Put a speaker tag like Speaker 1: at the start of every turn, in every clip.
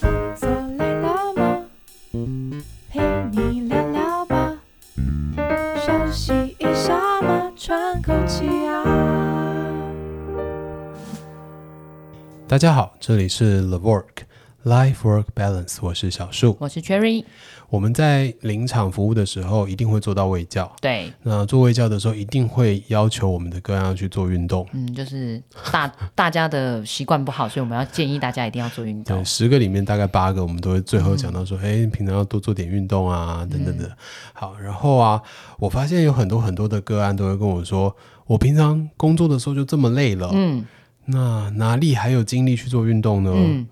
Speaker 1: 坐累了吗？陪你聊聊吧，休息一下嘛，喘口气啊。
Speaker 2: 大家好，这里是 The Work Life Work Balance，我是小树。
Speaker 3: 我是 Cherry，
Speaker 2: 我们在临场服务的时候，一定会做到卫教。
Speaker 3: 对，
Speaker 2: 那做卫教的时候，一定会要求我们的个案要去做运动。
Speaker 3: 嗯，就是大 大家的习惯不好，所以我们要建议大家一定要做运
Speaker 2: 对，
Speaker 3: 动。
Speaker 2: 十个里面大概八个，我们都会最后讲到
Speaker 3: 嗯
Speaker 2: 说，哎、平常要多做点运动啊，等等的。好，然后啊，我发现有很多很多的个案都会跟我说，我平常工作的时候就这么累了，
Speaker 3: 嗯
Speaker 2: 那哪里还有精力去做运动呢？
Speaker 3: 嗯，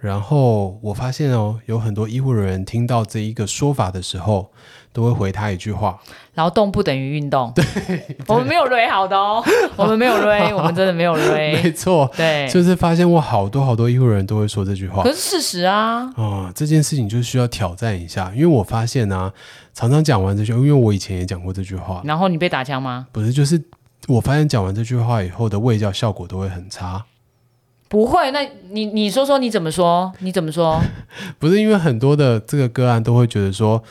Speaker 2: 然后我发现哦，有很多医护人员听到这一个说法的时候，都会回他一句话：
Speaker 3: 劳动不等于运动。对， 我们没有累好的 哦，我们没有累，我们真的没有
Speaker 2: 没
Speaker 3: 累。
Speaker 2: 错，
Speaker 3: 对，
Speaker 2: 就是发现我好多好多医护人员都会说这句话
Speaker 3: 可。是事实啊，
Speaker 2: 哦，这件事情就需要挑战一下，因为我发现啊，常常讲完这句，因为我以前也讲过这句话，
Speaker 3: 然后你被打枪吗？
Speaker 2: 不是，就是我发现讲完这句话以后的卫教效果都会很差，
Speaker 3: 不会，那你你说说你怎么说？你怎么说？
Speaker 2: 不是因为很多的这个个案都会觉得说，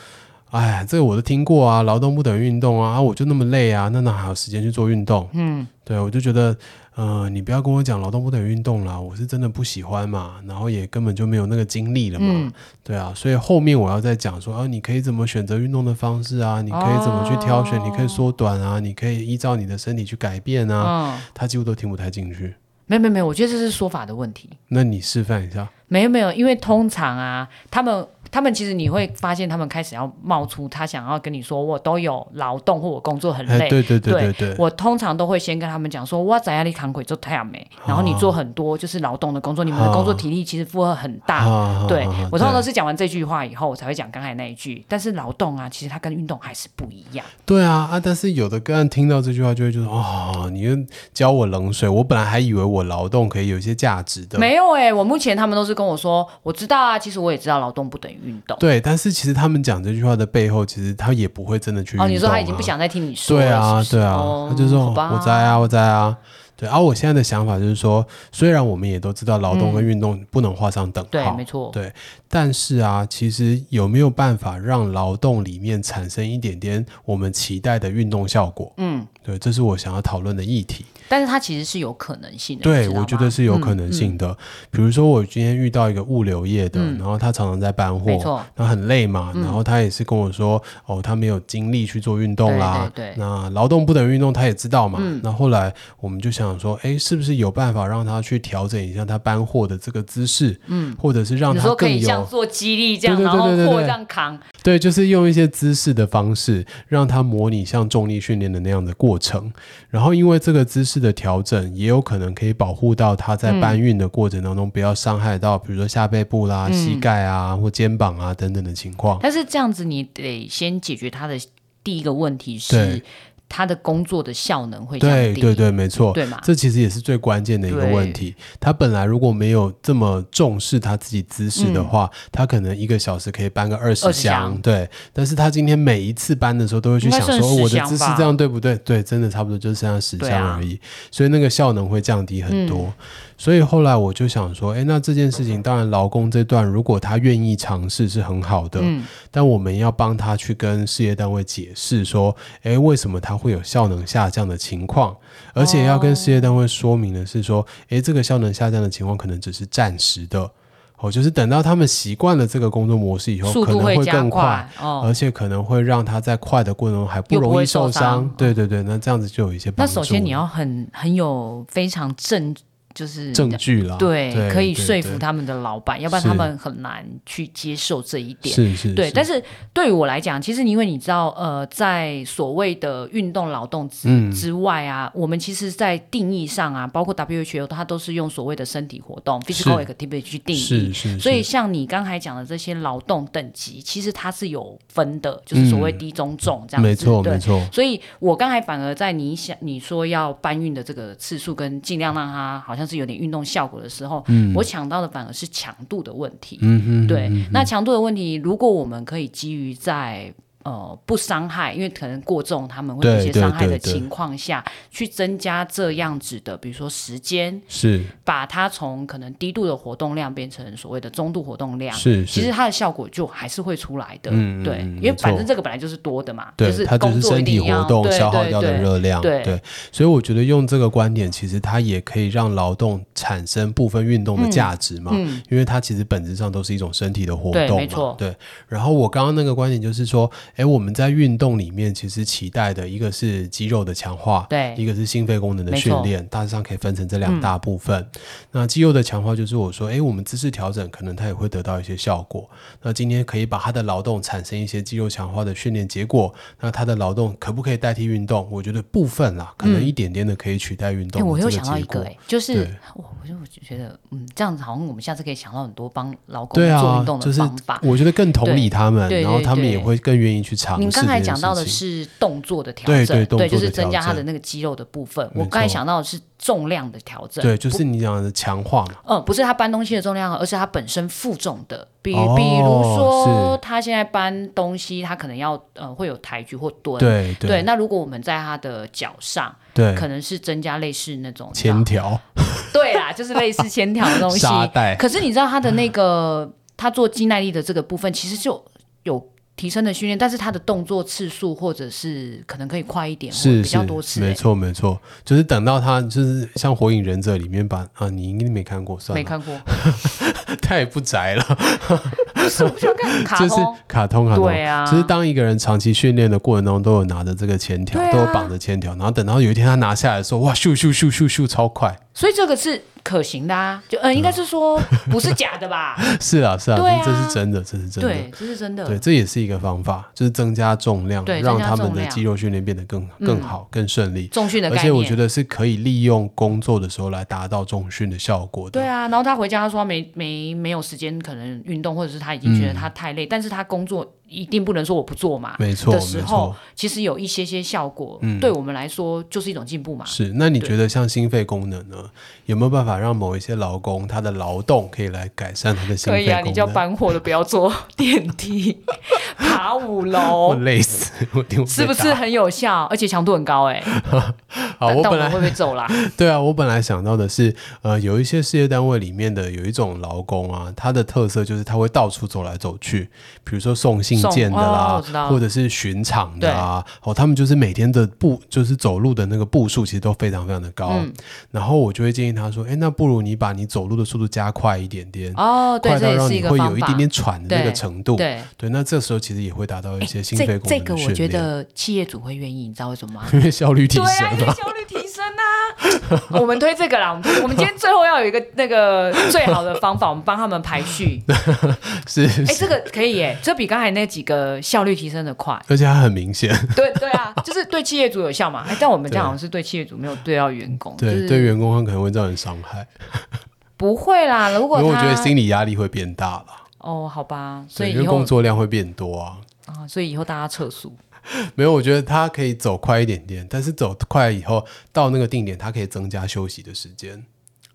Speaker 2: 哎，这个我都听过啊，劳动不等于运动啊，啊，我就那么累啊，那哪还有时间去做运动？
Speaker 3: 嗯，
Speaker 2: 对，我就觉得，呃，你不要跟我讲劳动不等于运动啦，我是真的不喜欢嘛，然后也根本就没有那个精力了嘛，
Speaker 3: 嗯
Speaker 2: 对啊，所以后面我要再讲说，啊，你可以怎么选择运动的方式啊，你可以怎么去挑选，
Speaker 3: 哦
Speaker 2: 你可以缩短啊，你可以依照你的身体去改变 啊，
Speaker 3: 嗯，
Speaker 2: 他几乎都听不太进去。
Speaker 3: 没有没有没有，我觉得这是说法的问题。
Speaker 2: 那你示范一下，
Speaker 3: 没有没有，因为通常啊，他们他们其实你会发现，他们开始要冒出他想要跟你说，我都有劳动或我工作很
Speaker 2: 哎，
Speaker 3: 累。
Speaker 2: 对对对对
Speaker 3: 对
Speaker 2: 对，
Speaker 3: 我通常都会先跟他们讲说，哇，在压力扛鬼做太阳没，
Speaker 2: 哦
Speaker 3: 然后你做很多就是劳动的工作，你们的工作体力其实负荷很大。
Speaker 2: 啊
Speaker 3: 对
Speaker 2: 啊啊
Speaker 3: 我通常都是讲完这句话以后，我才会讲刚才那一句。但是劳动啊，其实它跟运动还是不一样。
Speaker 2: 对啊啊！但是有的个案听到这句话就会觉得，哦，你又浇我冷水，我本来还以为我劳动可以有一些价值的，
Speaker 3: 没有哎、我目前他们都是跟我说，我知道啊，其实我也知道劳动不等于运动。
Speaker 2: 对，但是其实他们讲这句话的背后，其实他也不会真的去运动、啊。
Speaker 3: 哦，你说他已经不想再听你说了，
Speaker 2: 对啊，
Speaker 3: 是不是
Speaker 2: 对啊，
Speaker 3: 哦
Speaker 2: 他就说
Speaker 3: 好吧
Speaker 2: 我在啊，我在啊。对，而、我现在的想法就是说，虽然我们也都知道劳动跟运动不能画上等
Speaker 3: 嗯对，
Speaker 2: 号，
Speaker 3: 没错，
Speaker 2: 对但是啊，其实有没有办法让劳动里面产生一点点我们期待的运动效果？
Speaker 3: 嗯，
Speaker 2: 对，这是我想要讨论的议题。
Speaker 3: 但是它其实是有可能性的，你
Speaker 2: 对，
Speaker 3: 知道吗
Speaker 2: 我觉得是有可能性的。比如说，我今天遇到一个物流业的，
Speaker 3: 嗯
Speaker 2: 然后他常常在搬货，
Speaker 3: 没错，
Speaker 2: 他很累嘛，
Speaker 3: 嗯
Speaker 2: 然后他也是跟我说，哦，他没有精力去做运动啦。
Speaker 3: 对对对
Speaker 2: 那劳动不等于运动，他也知道嘛。
Speaker 3: 嗯
Speaker 2: 那后来我们就想说，哎，是不是有办法让他去调整一下他搬货的这个姿势，
Speaker 3: 嗯，
Speaker 2: 或者是让
Speaker 3: 你
Speaker 2: 他
Speaker 3: 说可以
Speaker 2: 更
Speaker 3: 像
Speaker 2: 有
Speaker 3: 做肌力这样，
Speaker 2: 对对
Speaker 3: 然
Speaker 2: 对
Speaker 3: 后
Speaker 2: 对对
Speaker 3: 货
Speaker 2: 对
Speaker 3: 这样扛，
Speaker 2: 对，就是用一些姿势的方式，让他模拟像重力训练的那样的过程。然后，因为这个姿势的调整，也有可能可以保护到他在搬运的过程当中，不要伤害到，比如说下背部啦、
Speaker 3: 嗯
Speaker 2: 膝盖啊或肩膀啊等等的情况。
Speaker 3: 但是这样子你得先解决他的第一个问题
Speaker 2: 对
Speaker 3: 是他的工作的效能会降
Speaker 2: 对
Speaker 3: 低，
Speaker 2: 对对，没错。
Speaker 3: 对嘛？
Speaker 2: 这其实也是最关键的一个问题。他本来如果没有这么重视他自己姿势的话，他可能一个小时可以搬个二十
Speaker 3: 20箱
Speaker 2: 对。但是他今天每一次搬的时候，都会去想
Speaker 3: 应该
Speaker 2: 说哦
Speaker 3: 剩10
Speaker 2: 我的姿势
Speaker 3: 箱吧
Speaker 2: 这样对不对？对，真的差不多就是剩下十
Speaker 3: 对
Speaker 2: 箱
Speaker 3: 啊嗯
Speaker 2: 而已，所以那个效能会降低很多。所以后来我就想说，哎，那这件事情，当然劳工这段如果他愿意尝试是很好的，
Speaker 3: 嗯，
Speaker 2: 但我们要帮他去跟事业单位解释说，诶，为什么他会有效能下降的情况，而且要跟事业单位说明的是说，诶，这个效能下降的情况可能只是暂时的，哦，就是等到他们习惯了这个工作模式以后，
Speaker 3: 速
Speaker 2: 可
Speaker 3: 度
Speaker 2: 能会
Speaker 3: 加
Speaker 2: 更快。
Speaker 3: 哦
Speaker 2: 而。且可能会让他在快的过程中还不
Speaker 3: 又不
Speaker 2: 容易
Speaker 3: 会
Speaker 2: 受
Speaker 3: 受伤
Speaker 2: 对对对，那这样子就有一些帮
Speaker 3: 那
Speaker 2: 助。
Speaker 3: 首先你要很很有非常正，就是
Speaker 2: 证据啦，
Speaker 3: 对，可以
Speaker 2: 对
Speaker 3: 说
Speaker 2: 对
Speaker 3: 服他们的老板，要不然
Speaker 2: 是
Speaker 3: 他们很难去接受这一点。
Speaker 2: 是是，
Speaker 3: 对，但
Speaker 2: 是
Speaker 3: 是对于我来讲，其实因为你知道，呃，在所谓的运动劳动之、
Speaker 2: 嗯
Speaker 3: 之外啊，我们其实，在定义上啊，包括 WHO，它都是用所谓的身体活动 （physical activity） 去定
Speaker 2: 是
Speaker 3: 义。
Speaker 2: 是，
Speaker 3: 所以，
Speaker 2: 是
Speaker 3: 像你刚才讲的这些劳动等级，其实它是有分的，就是所谓低、中、重这样
Speaker 2: 嗯
Speaker 3: 子。
Speaker 2: 没错
Speaker 3: 对
Speaker 2: 没错，
Speaker 3: 所以我刚才反而在你想你说要搬运的这个次数跟尽量让它好像是有点运动效果的时候，
Speaker 2: 嗯
Speaker 3: 我想到的反而是强度的问题。
Speaker 2: 嗯哼，
Speaker 3: 对，那强度的问题，如果我们可以基于在呃不伤害，因为可能过重他们会
Speaker 2: 对
Speaker 3: 有一些
Speaker 2: 对
Speaker 3: 伤害
Speaker 2: 对
Speaker 3: 的
Speaker 2: 对
Speaker 3: 情况下，去增加这样子的，比如说时间，
Speaker 2: 是
Speaker 3: 把它从可能低度的活动量变成所谓的中度活动量。
Speaker 2: 是
Speaker 3: 其实
Speaker 2: 是，
Speaker 3: 它的效果就还是会出来的，
Speaker 2: 嗯嗯
Speaker 3: 对
Speaker 2: 嗯，
Speaker 3: 因为
Speaker 2: 没错
Speaker 3: 反正这个本来就是多的嘛，
Speaker 2: 对
Speaker 3: 是，
Speaker 2: 它就
Speaker 3: 工
Speaker 2: 是
Speaker 3: 作一
Speaker 2: 身体
Speaker 3: 定
Speaker 2: 活
Speaker 3: 要
Speaker 2: 动
Speaker 3: 对
Speaker 2: 消耗
Speaker 3: 对
Speaker 2: 掉的
Speaker 3: 对
Speaker 2: 热量，
Speaker 3: 对
Speaker 2: 对，所以我觉得用这个观点，其实它也可以让劳动产生部分运动的价值嘛，
Speaker 3: 嗯，
Speaker 2: 因为它其实本质上都是一种身体的活
Speaker 3: 对
Speaker 2: 动嘛，
Speaker 3: 没错
Speaker 2: 对。然后我刚刚那个观点就是说，诶，我们在运动里面其实期待的一个是肌肉的强化，
Speaker 3: 对
Speaker 2: 一个是心肺功能的训
Speaker 3: 没嗯
Speaker 2: 练，大致上可以分成这两大部分。那肌肉的强化就是我说，诶，我们姿势调整可能它也会得到一些效果。那今天可以把它的劳动产生一些肌肉强化的训练结果，那它的劳动可不可以代替运动？我觉得部分啦，可能一点点的可以取代运动的
Speaker 3: 哎、
Speaker 2: 这
Speaker 3: 嗯我
Speaker 2: 结果。
Speaker 3: 又想到一个、哎，就是
Speaker 2: 对
Speaker 3: 我，我就觉得，嗯，这样子好像我们下次可以想到很多帮老公
Speaker 2: 对
Speaker 3: 做
Speaker 2: 啊
Speaker 3: 运动，
Speaker 2: 就
Speaker 3: 的
Speaker 2: 是
Speaker 3: 方法。
Speaker 2: 我觉得更同理他们，
Speaker 3: 对对
Speaker 2: 然后他们
Speaker 3: 对
Speaker 2: 也会更愿意去尝试。
Speaker 3: 你们刚才讲到的，是动作的调
Speaker 2: 对
Speaker 3: 整，
Speaker 2: 对动作
Speaker 3: 就是
Speaker 2: 的
Speaker 3: 增加
Speaker 2: 调
Speaker 3: 他的
Speaker 2: 整
Speaker 3: 那个肌肉的部分。
Speaker 2: 没
Speaker 3: 我刚才
Speaker 2: 错
Speaker 3: 想到的是重量的调整，
Speaker 2: 对，就是你讲的强化嘛，
Speaker 3: 嗯，不是他搬东西的重量，而是他本身负重的。比、
Speaker 2: 哦
Speaker 3: 比如说
Speaker 2: 是，
Speaker 3: 他现在搬东西，他可能要呃会有抬举或蹲。
Speaker 2: 对对
Speaker 3: 那如果我们在他的脚上，可
Speaker 2: 对，
Speaker 3: 能是增加类似那种
Speaker 2: 前条
Speaker 3: 对啦，就是类似铅条的东西。
Speaker 2: 沙袋，
Speaker 3: 可是你知道他的那个他做肌耐力的这个部分，其实就有提升的训练，但是他的动作次数或者是可能可以快一点，或者
Speaker 2: 是
Speaker 3: 比较多
Speaker 2: 是，
Speaker 3: 次、
Speaker 2: 没
Speaker 3: 欸。
Speaker 2: 错没错，就是等到他就是像《火影忍者》里面把啊，你应该没看过，算
Speaker 3: 没
Speaker 2: 了，
Speaker 3: 看过，
Speaker 2: 太不宅了，
Speaker 3: 不是我就看 卡哦
Speaker 2: 就是
Speaker 3: 通，
Speaker 2: 卡通卡通，
Speaker 3: 对啊
Speaker 2: 就是当一个人长期训练的过程中，都有拿着这个铅条
Speaker 3: 对，啊
Speaker 2: 都有绑着铅条，然后等到有一天他拿下来的时候，哇，咻咻咻咻咻，超快，
Speaker 3: 所以这个是可行的啊。就嗯、呃应该是说不是假 的吧？
Speaker 2: 是啊是啊，
Speaker 3: 对啊
Speaker 2: 这是真的，这是真的。
Speaker 3: 对，这是真的。
Speaker 2: 对，这也是一个方法，就是增加重量，
Speaker 3: 对
Speaker 2: 让
Speaker 3: 增加
Speaker 2: 他们
Speaker 3: 重
Speaker 2: 的
Speaker 3: 量
Speaker 2: 肌肉训练变得更更好、更顺利。
Speaker 3: 重训的
Speaker 2: 而
Speaker 3: 概念，
Speaker 2: 且我觉得是可以利用工作的时候来达到重训的效果的。
Speaker 3: 对啊。然后他回家，他说他没没没有时间，可能运动，或者是他已经觉
Speaker 2: 嗯
Speaker 3: 得他太累，但是他工作一定不能说我不做嘛。
Speaker 2: 没错，
Speaker 3: 的
Speaker 2: 没
Speaker 3: 时候
Speaker 2: 错，，嗯
Speaker 3: 其实有一些些效果，对我们来说就是一种进步嘛。
Speaker 2: 是。那你
Speaker 3: 啊对
Speaker 2: 觉得像心肺功能呢，有没有办法让某一些劳工他的劳动可以来改善他的心
Speaker 3: 可
Speaker 2: 肺
Speaker 3: 以啊，
Speaker 2: 功
Speaker 3: 你叫
Speaker 2: 能？
Speaker 3: 搬货的不要坐电 梯，爬五
Speaker 2: 我
Speaker 3: 楼，
Speaker 2: 累死，我听
Speaker 3: 哦是不是？很有效？而且强度很高哎、欸。
Speaker 2: 好，我
Speaker 3: 但
Speaker 2: 本来
Speaker 3: 们会不会 走啦？
Speaker 2: 对啊，我本来想到的是，呃，有一些事业单位里面的有一种劳工啊，他的特色就是他会到处走来走去，比如说送信
Speaker 3: 送
Speaker 2: 件的
Speaker 3: 哦
Speaker 2: 啦
Speaker 3: 我知，道
Speaker 2: 或者是巡场的啊，哦，他们就是每天的步，就是走路的那个步数其实都非常非常的高。
Speaker 3: 嗯
Speaker 2: 然后我就会建议他说，哎，那不如你把你走路的速度加快一点点，
Speaker 3: 哦，对，
Speaker 2: 快
Speaker 3: 这
Speaker 2: 到
Speaker 3: 也
Speaker 2: 让
Speaker 3: 是一
Speaker 2: 你
Speaker 3: 个
Speaker 2: 会
Speaker 3: 方
Speaker 2: 有一
Speaker 3: 法。
Speaker 2: 点点喘的那个
Speaker 3: 对
Speaker 2: 程度。
Speaker 3: 对，
Speaker 2: 对，那这时候其实也会达到一些心
Speaker 3: 这
Speaker 2: 肺功
Speaker 3: 这
Speaker 2: 能
Speaker 3: 个
Speaker 2: 的
Speaker 3: 我
Speaker 2: 训
Speaker 3: 觉
Speaker 2: 练，
Speaker 3: 得企业主会愿意，你知道为什么吗？
Speaker 2: 因为效率提
Speaker 3: 对
Speaker 2: 升
Speaker 3: 啊，因为
Speaker 2: 啊。
Speaker 3: 效率提升啊。 我们推这个啦，我们推我们今天最后要有一个那个最好的方法，我们帮他们 排序。
Speaker 2: 是，
Speaker 3: 哎，这个可以耶，这比刚才那几个效率提升的快。
Speaker 2: 而且它很明显。
Speaker 3: 对对啊，就是对企业主有效嘛。哎，但我们这样
Speaker 2: 对
Speaker 3: 好像是对企业主没有对到员工，就
Speaker 2: 对，
Speaker 3: 是
Speaker 2: 对员工他可能会造成伤害，
Speaker 3: 不会啦。如果
Speaker 2: 因为我觉
Speaker 3: 他
Speaker 2: 得心理压力会变大了，
Speaker 3: 哦，好吧，所
Speaker 2: 对，
Speaker 3: 以
Speaker 2: 因为
Speaker 3: 以后
Speaker 2: 工作量会变多啊。
Speaker 3: 啊，所以以后大家撤诉。
Speaker 2: 没有，我觉得他可以走快一点点，但是走快以后到那个定点，他可以增加休息的时间。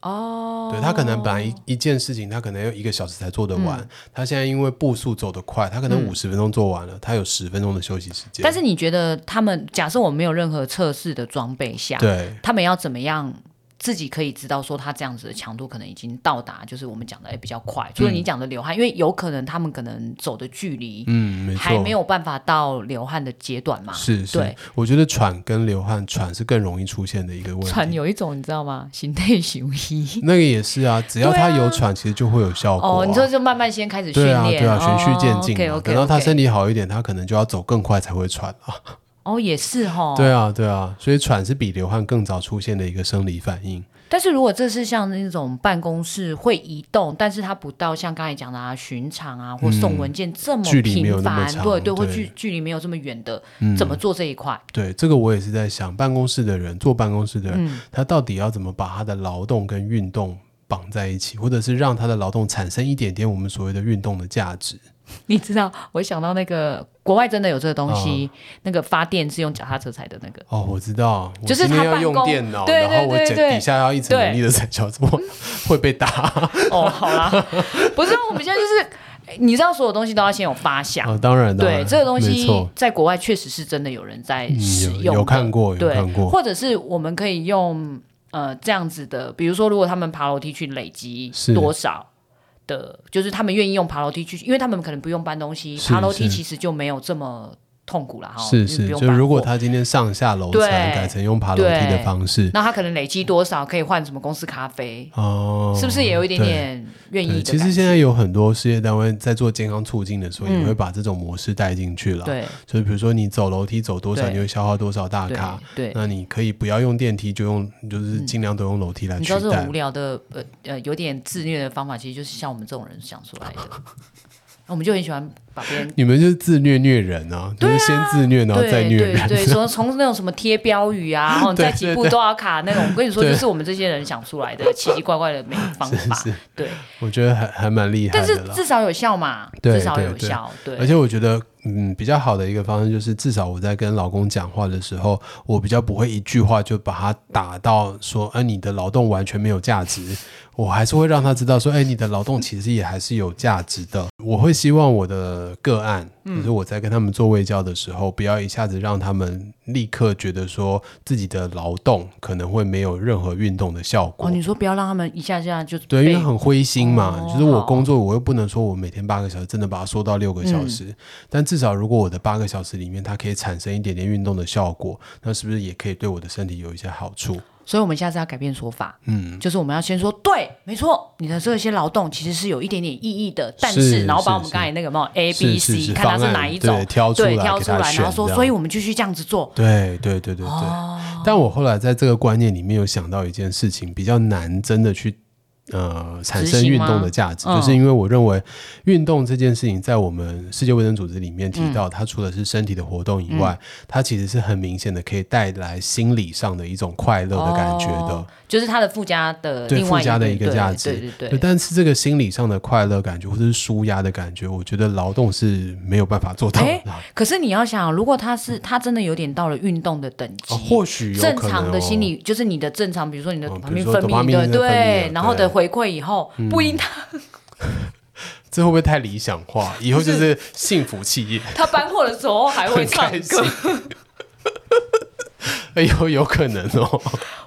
Speaker 3: 哦，嗯
Speaker 2: 对他可能本来一一件事情，他可能要一个小时才做得完，他现在因为步数走得快，他可能五十分钟做完了，他有十分钟的休息时间。
Speaker 3: 但是你觉得他们假设我们没有任何测试的装备下，
Speaker 2: 对
Speaker 3: 他们要怎么样自己可以知道说他这样子的强度可能已经到达，就是我们讲的哎、比较快，除了你讲的流汗，因为有可能他们可能走的距离
Speaker 2: 嗯，没错，
Speaker 3: 还没有办法到流汗的阶段嘛。
Speaker 2: 是是
Speaker 3: 对，
Speaker 2: 我觉得喘跟流汗，喘是更容易出现的一个问题。
Speaker 3: 喘有一种你知道吗？形态雄一。
Speaker 2: 那个也是啊，只要
Speaker 3: 对
Speaker 2: 他
Speaker 3: 啊
Speaker 2: 有喘，其实就会有效果、啊。
Speaker 3: 哦，你说就慢慢先开始训
Speaker 2: 对
Speaker 3: 练，哦
Speaker 2: 啊，对啊，循序渐进嘛。
Speaker 3: o k
Speaker 2: 等到他身
Speaker 3: 体
Speaker 2: 体好一点，他可能就要走更快才会喘啊。
Speaker 3: 哦也是哈，
Speaker 2: 对啊，对啊，所以喘是比流汗更早出现的一个生理反应。
Speaker 3: 但是如果这是像那种办公室会移动，但是它不到像刚才讲的啊巡场啊或送文件这么
Speaker 2: 嗯距离没有
Speaker 3: 频
Speaker 2: 那么
Speaker 3: 繁，
Speaker 2: 长
Speaker 3: 对
Speaker 2: 对
Speaker 3: 对，或距距离没有这么远的，
Speaker 2: 嗯
Speaker 3: 怎么做这一块？
Speaker 2: 对，这个我也是在想，办公室的人做办公室的人，
Speaker 3: 嗯
Speaker 2: 他到底要怎么把他的劳动跟运动绑在一起，或者是让他的劳动产生一点点我们所谓的运动的价值？
Speaker 3: 你知道，我想到那个国外真的有这个东西，那个发电是用脚踏车踩的那个，
Speaker 2: 哦，我知道，我
Speaker 3: 嗯就是
Speaker 2: 今天
Speaker 3: 他
Speaker 2: 要
Speaker 3: 办
Speaker 2: 用
Speaker 3: 公
Speaker 2: 电脑，
Speaker 3: 对
Speaker 2: 然后我
Speaker 3: 对对
Speaker 2: 整
Speaker 3: 对
Speaker 2: 底下要一层
Speaker 3: 对
Speaker 2: 努力的踩脚，怎么会被打？
Speaker 3: 哦，好啦，不是，我们现在就是。你知道所有东西都要先有发想。
Speaker 2: 啊，当然，当
Speaker 3: 对
Speaker 2: 然
Speaker 3: 这个东
Speaker 2: 没
Speaker 3: 西
Speaker 2: 错，，
Speaker 3: 在国外确实是真的有人在使
Speaker 2: 嗯，
Speaker 3: 用
Speaker 2: 有
Speaker 3: 的、
Speaker 2: 有看过，有
Speaker 3: 对
Speaker 2: 看，过，
Speaker 3: 或者是我们可以用呃这样子的，比如说，如果他们爬楼梯去累积
Speaker 2: 是
Speaker 3: 多少的，就是他们愿意用爬楼梯去，因为他们可能不用搬东西，
Speaker 2: 是
Speaker 3: 爬楼梯
Speaker 2: 是
Speaker 3: 其实就没有这么痛苦了哈。
Speaker 2: 是
Speaker 3: 哦不
Speaker 2: 是，
Speaker 3: 用
Speaker 2: 就
Speaker 3: 搬
Speaker 2: 如果
Speaker 3: 货
Speaker 2: 他今天上下楼层
Speaker 3: 对
Speaker 2: 改成用爬楼梯的
Speaker 3: 对
Speaker 2: 方式，
Speaker 3: 那他可能累积多少可以换什么公司咖啡，
Speaker 2: 哦，
Speaker 3: 是不是也有一点
Speaker 2: 对
Speaker 3: 点愿
Speaker 2: 对，
Speaker 3: 意的
Speaker 2: 其
Speaker 3: 感
Speaker 2: 实现
Speaker 3: 觉
Speaker 2: 在有很多事业单位在做健康促进的时候，也
Speaker 3: 嗯
Speaker 2: 会把这种模式带进去了。，
Speaker 3: 对
Speaker 2: 所以比如说你走楼梯走多少，
Speaker 3: 对
Speaker 2: 你会消耗多少大
Speaker 3: 对
Speaker 2: 卡。
Speaker 3: 对。嗯
Speaker 2: 那你可以不要用电梯，就用就是尽量都用楼梯来
Speaker 3: 你
Speaker 2: 取
Speaker 3: 知道这
Speaker 2: 代
Speaker 3: 种无。聊的呃呃有点自虐的方法，其实就是像我们这种人想出来的。我们就很喜欢把别人
Speaker 2: 你们就是自虐虐人啊，就是先自虐然后
Speaker 3: 对
Speaker 2: 再虐人。
Speaker 3: 对对，从从那种什么贴标语啊，然后你
Speaker 2: 对
Speaker 3: 在几步
Speaker 2: 对对
Speaker 3: 多少卡那种，我跟你说，
Speaker 2: 对
Speaker 3: 就是我们这些人想出来的奇奇怪怪的美方法。
Speaker 2: 是是
Speaker 3: 对，
Speaker 2: 我觉得还还蛮厉害
Speaker 3: 但
Speaker 2: 的
Speaker 3: 是
Speaker 2: 啦。
Speaker 3: 至少有效嘛，
Speaker 2: 对
Speaker 3: 至少有
Speaker 2: 对对
Speaker 3: 效。对，
Speaker 2: 而且我觉得，嗯，比较好的一个方式就是，至少我在跟老公讲话的时候，我比较不会一句话就把他打到说，哎、你的劳动完全没有价值。 我还是会让他知道说，哎、你的劳动其实也还是有价值的。我会希望我的个案，就是我在跟他们做卫教的时候，不要一下子让他们立刻觉得说自己的劳动可能会没有任何运动的效果。
Speaker 3: 哦，你说不要让他们一下下就
Speaker 2: 对，因为
Speaker 3: 被
Speaker 2: 很灰心嘛，
Speaker 3: 哦
Speaker 2: 就是我工作，我又不能说我每天八个小时真的把它缩到六个小时，
Speaker 3: 嗯
Speaker 2: 但至少如果我的八个小时里面，它可以产生一点点运动的效果，那是不是也可以对我的身体有一些好处？
Speaker 3: 所以我们下次要改变说法，嗯，就是我们要先说，对，没错，你的这些劳动其实是有一点点意义的，但是，
Speaker 2: 是
Speaker 3: 然后
Speaker 2: 是
Speaker 3: 把我们
Speaker 2: 是
Speaker 3: 刚才那个嘛 A
Speaker 2: 是
Speaker 3: B
Speaker 2: 是
Speaker 3: C
Speaker 2: 是
Speaker 3: 看它
Speaker 2: 方案
Speaker 3: 哪一种，
Speaker 2: 对挑出来
Speaker 3: 对挑
Speaker 2: 给
Speaker 3: 出
Speaker 2: 他
Speaker 3: 来，然
Speaker 2: 选
Speaker 3: 后说，
Speaker 2: 这样
Speaker 3: 所以我们继续这样子做，
Speaker 2: 对对对对对。
Speaker 3: 哦
Speaker 2: 但我后来在这个观念里面有想到一件事情，比较难真的去呃产生运动的价值，
Speaker 3: 执行吗嗯
Speaker 2: 就是因为我认为运动这件事情在我们世界卫生组织里面提
Speaker 3: 嗯
Speaker 2: 到，它除了是身体的活动以外，它其实是很明显的可以带来心理上的一种快乐的感觉的。
Speaker 3: 哦就是它的附加的
Speaker 2: 对
Speaker 3: 另外
Speaker 2: 附加的
Speaker 3: 面
Speaker 2: 一个
Speaker 3: 对
Speaker 2: 价值
Speaker 3: 对对
Speaker 2: 对，但是这个心理上的快乐感觉，或者是舒压的感觉，我觉得劳动是没有办法做到的。啊
Speaker 3: 哎可是你要想，如果他是他真的有点到了运动的等级，
Speaker 2: 嗯哦或许有可能
Speaker 3: 正常的
Speaker 2: 哦
Speaker 3: 心理就是你的正常，比如说你的
Speaker 2: 哦
Speaker 3: 旁
Speaker 2: 比
Speaker 3: 边
Speaker 2: 如说
Speaker 3: 分泌
Speaker 2: dopamine
Speaker 3: 的
Speaker 2: 的分泌
Speaker 3: 对
Speaker 2: 啊，
Speaker 3: 然后
Speaker 2: 对嗯
Speaker 3: 的回馈以后不应他
Speaker 2: 这会不会太理想化？以后就是幸福企业。
Speaker 3: 他搬货的时候还 会
Speaker 2: 很
Speaker 3: 唱
Speaker 2: 开心
Speaker 3: 歌，。
Speaker 2: 哎呦，有可能哦。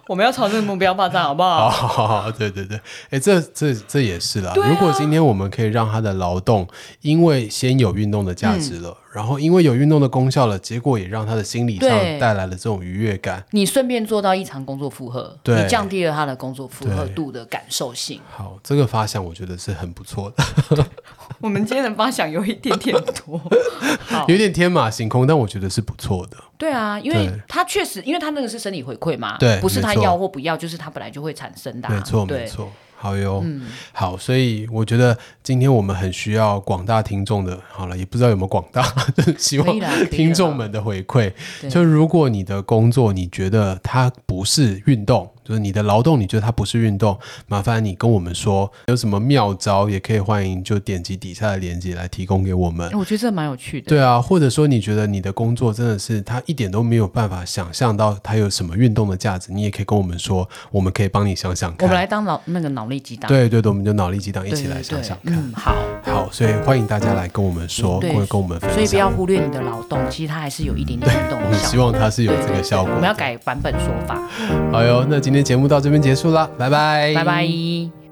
Speaker 3: 我们要朝这个目标发展，好不好？
Speaker 2: 好好好好，对对对，哎，这这这也是啦。
Speaker 3: 啊
Speaker 2: 如果今天我们可以让他的劳动，因为先有运动的价值了，
Speaker 3: 嗯
Speaker 2: 然后因为有运动的功效了，结果也让他的心理上
Speaker 3: 对
Speaker 2: 带来了这种愉悦感。
Speaker 3: 你顺便做到异常工作负荷，
Speaker 2: 对
Speaker 3: 你降低了他的工作负荷
Speaker 2: 对
Speaker 3: 度的感受 性。
Speaker 2: 好，这个发想我觉得是很不错的，
Speaker 3: 我们今天的发想有一点点 多，好
Speaker 2: 有点天马行空，但我觉得是不错的。
Speaker 3: 对啊，因为
Speaker 2: 对
Speaker 3: 他确实，因为他那个是生理回馈嘛，
Speaker 2: 对
Speaker 3: 不是他
Speaker 2: 没错
Speaker 3: 要或不要，就是他本来就会产生的啊、
Speaker 2: 没错，
Speaker 3: 对嗯
Speaker 2: 没错。好哟，好，所以我觉得今天我们很需要广大听众的，好了，也不知道有没有广大， 就是希
Speaker 3: 可以啦可以
Speaker 2: 望
Speaker 3: 啦
Speaker 2: 听众们的回馈。
Speaker 3: 对
Speaker 2: 就如果你的工作你觉得它不是运动，就是你的劳动你觉得它不是运动，麻烦你跟我们说有什么妙招，也可以欢迎就点击底下的链接来提供给我们
Speaker 3: 哎。我觉得这蛮有趣的。
Speaker 2: 对啊，或者说你觉得你的工作真的是他一点都没有办法想象到它有什么运动的价值，你也可以跟我们说，我们可以帮你想想
Speaker 3: 我
Speaker 2: 看。
Speaker 3: 们来当脑那个脑力激荡，
Speaker 2: 对对对，我们就脑力激荡，一
Speaker 3: 对，
Speaker 2: 起来
Speaker 3: 对
Speaker 2: 想想
Speaker 3: 对
Speaker 2: 看。
Speaker 3: 嗯，好。
Speaker 2: 好，所以欢迎大家来跟我们说，
Speaker 3: 对
Speaker 2: 或者跟我们分享。
Speaker 3: 所以不要忽略你的劳动，其实它还是有一点点运动
Speaker 2: 我
Speaker 3: 的
Speaker 2: 们
Speaker 3: 效
Speaker 2: 希
Speaker 3: 果。
Speaker 2: 望它是有这个效果。
Speaker 3: 我们要改版本说法，
Speaker 2: 好哟，那今天节目到这边结束啦，拜拜，
Speaker 3: 拜拜。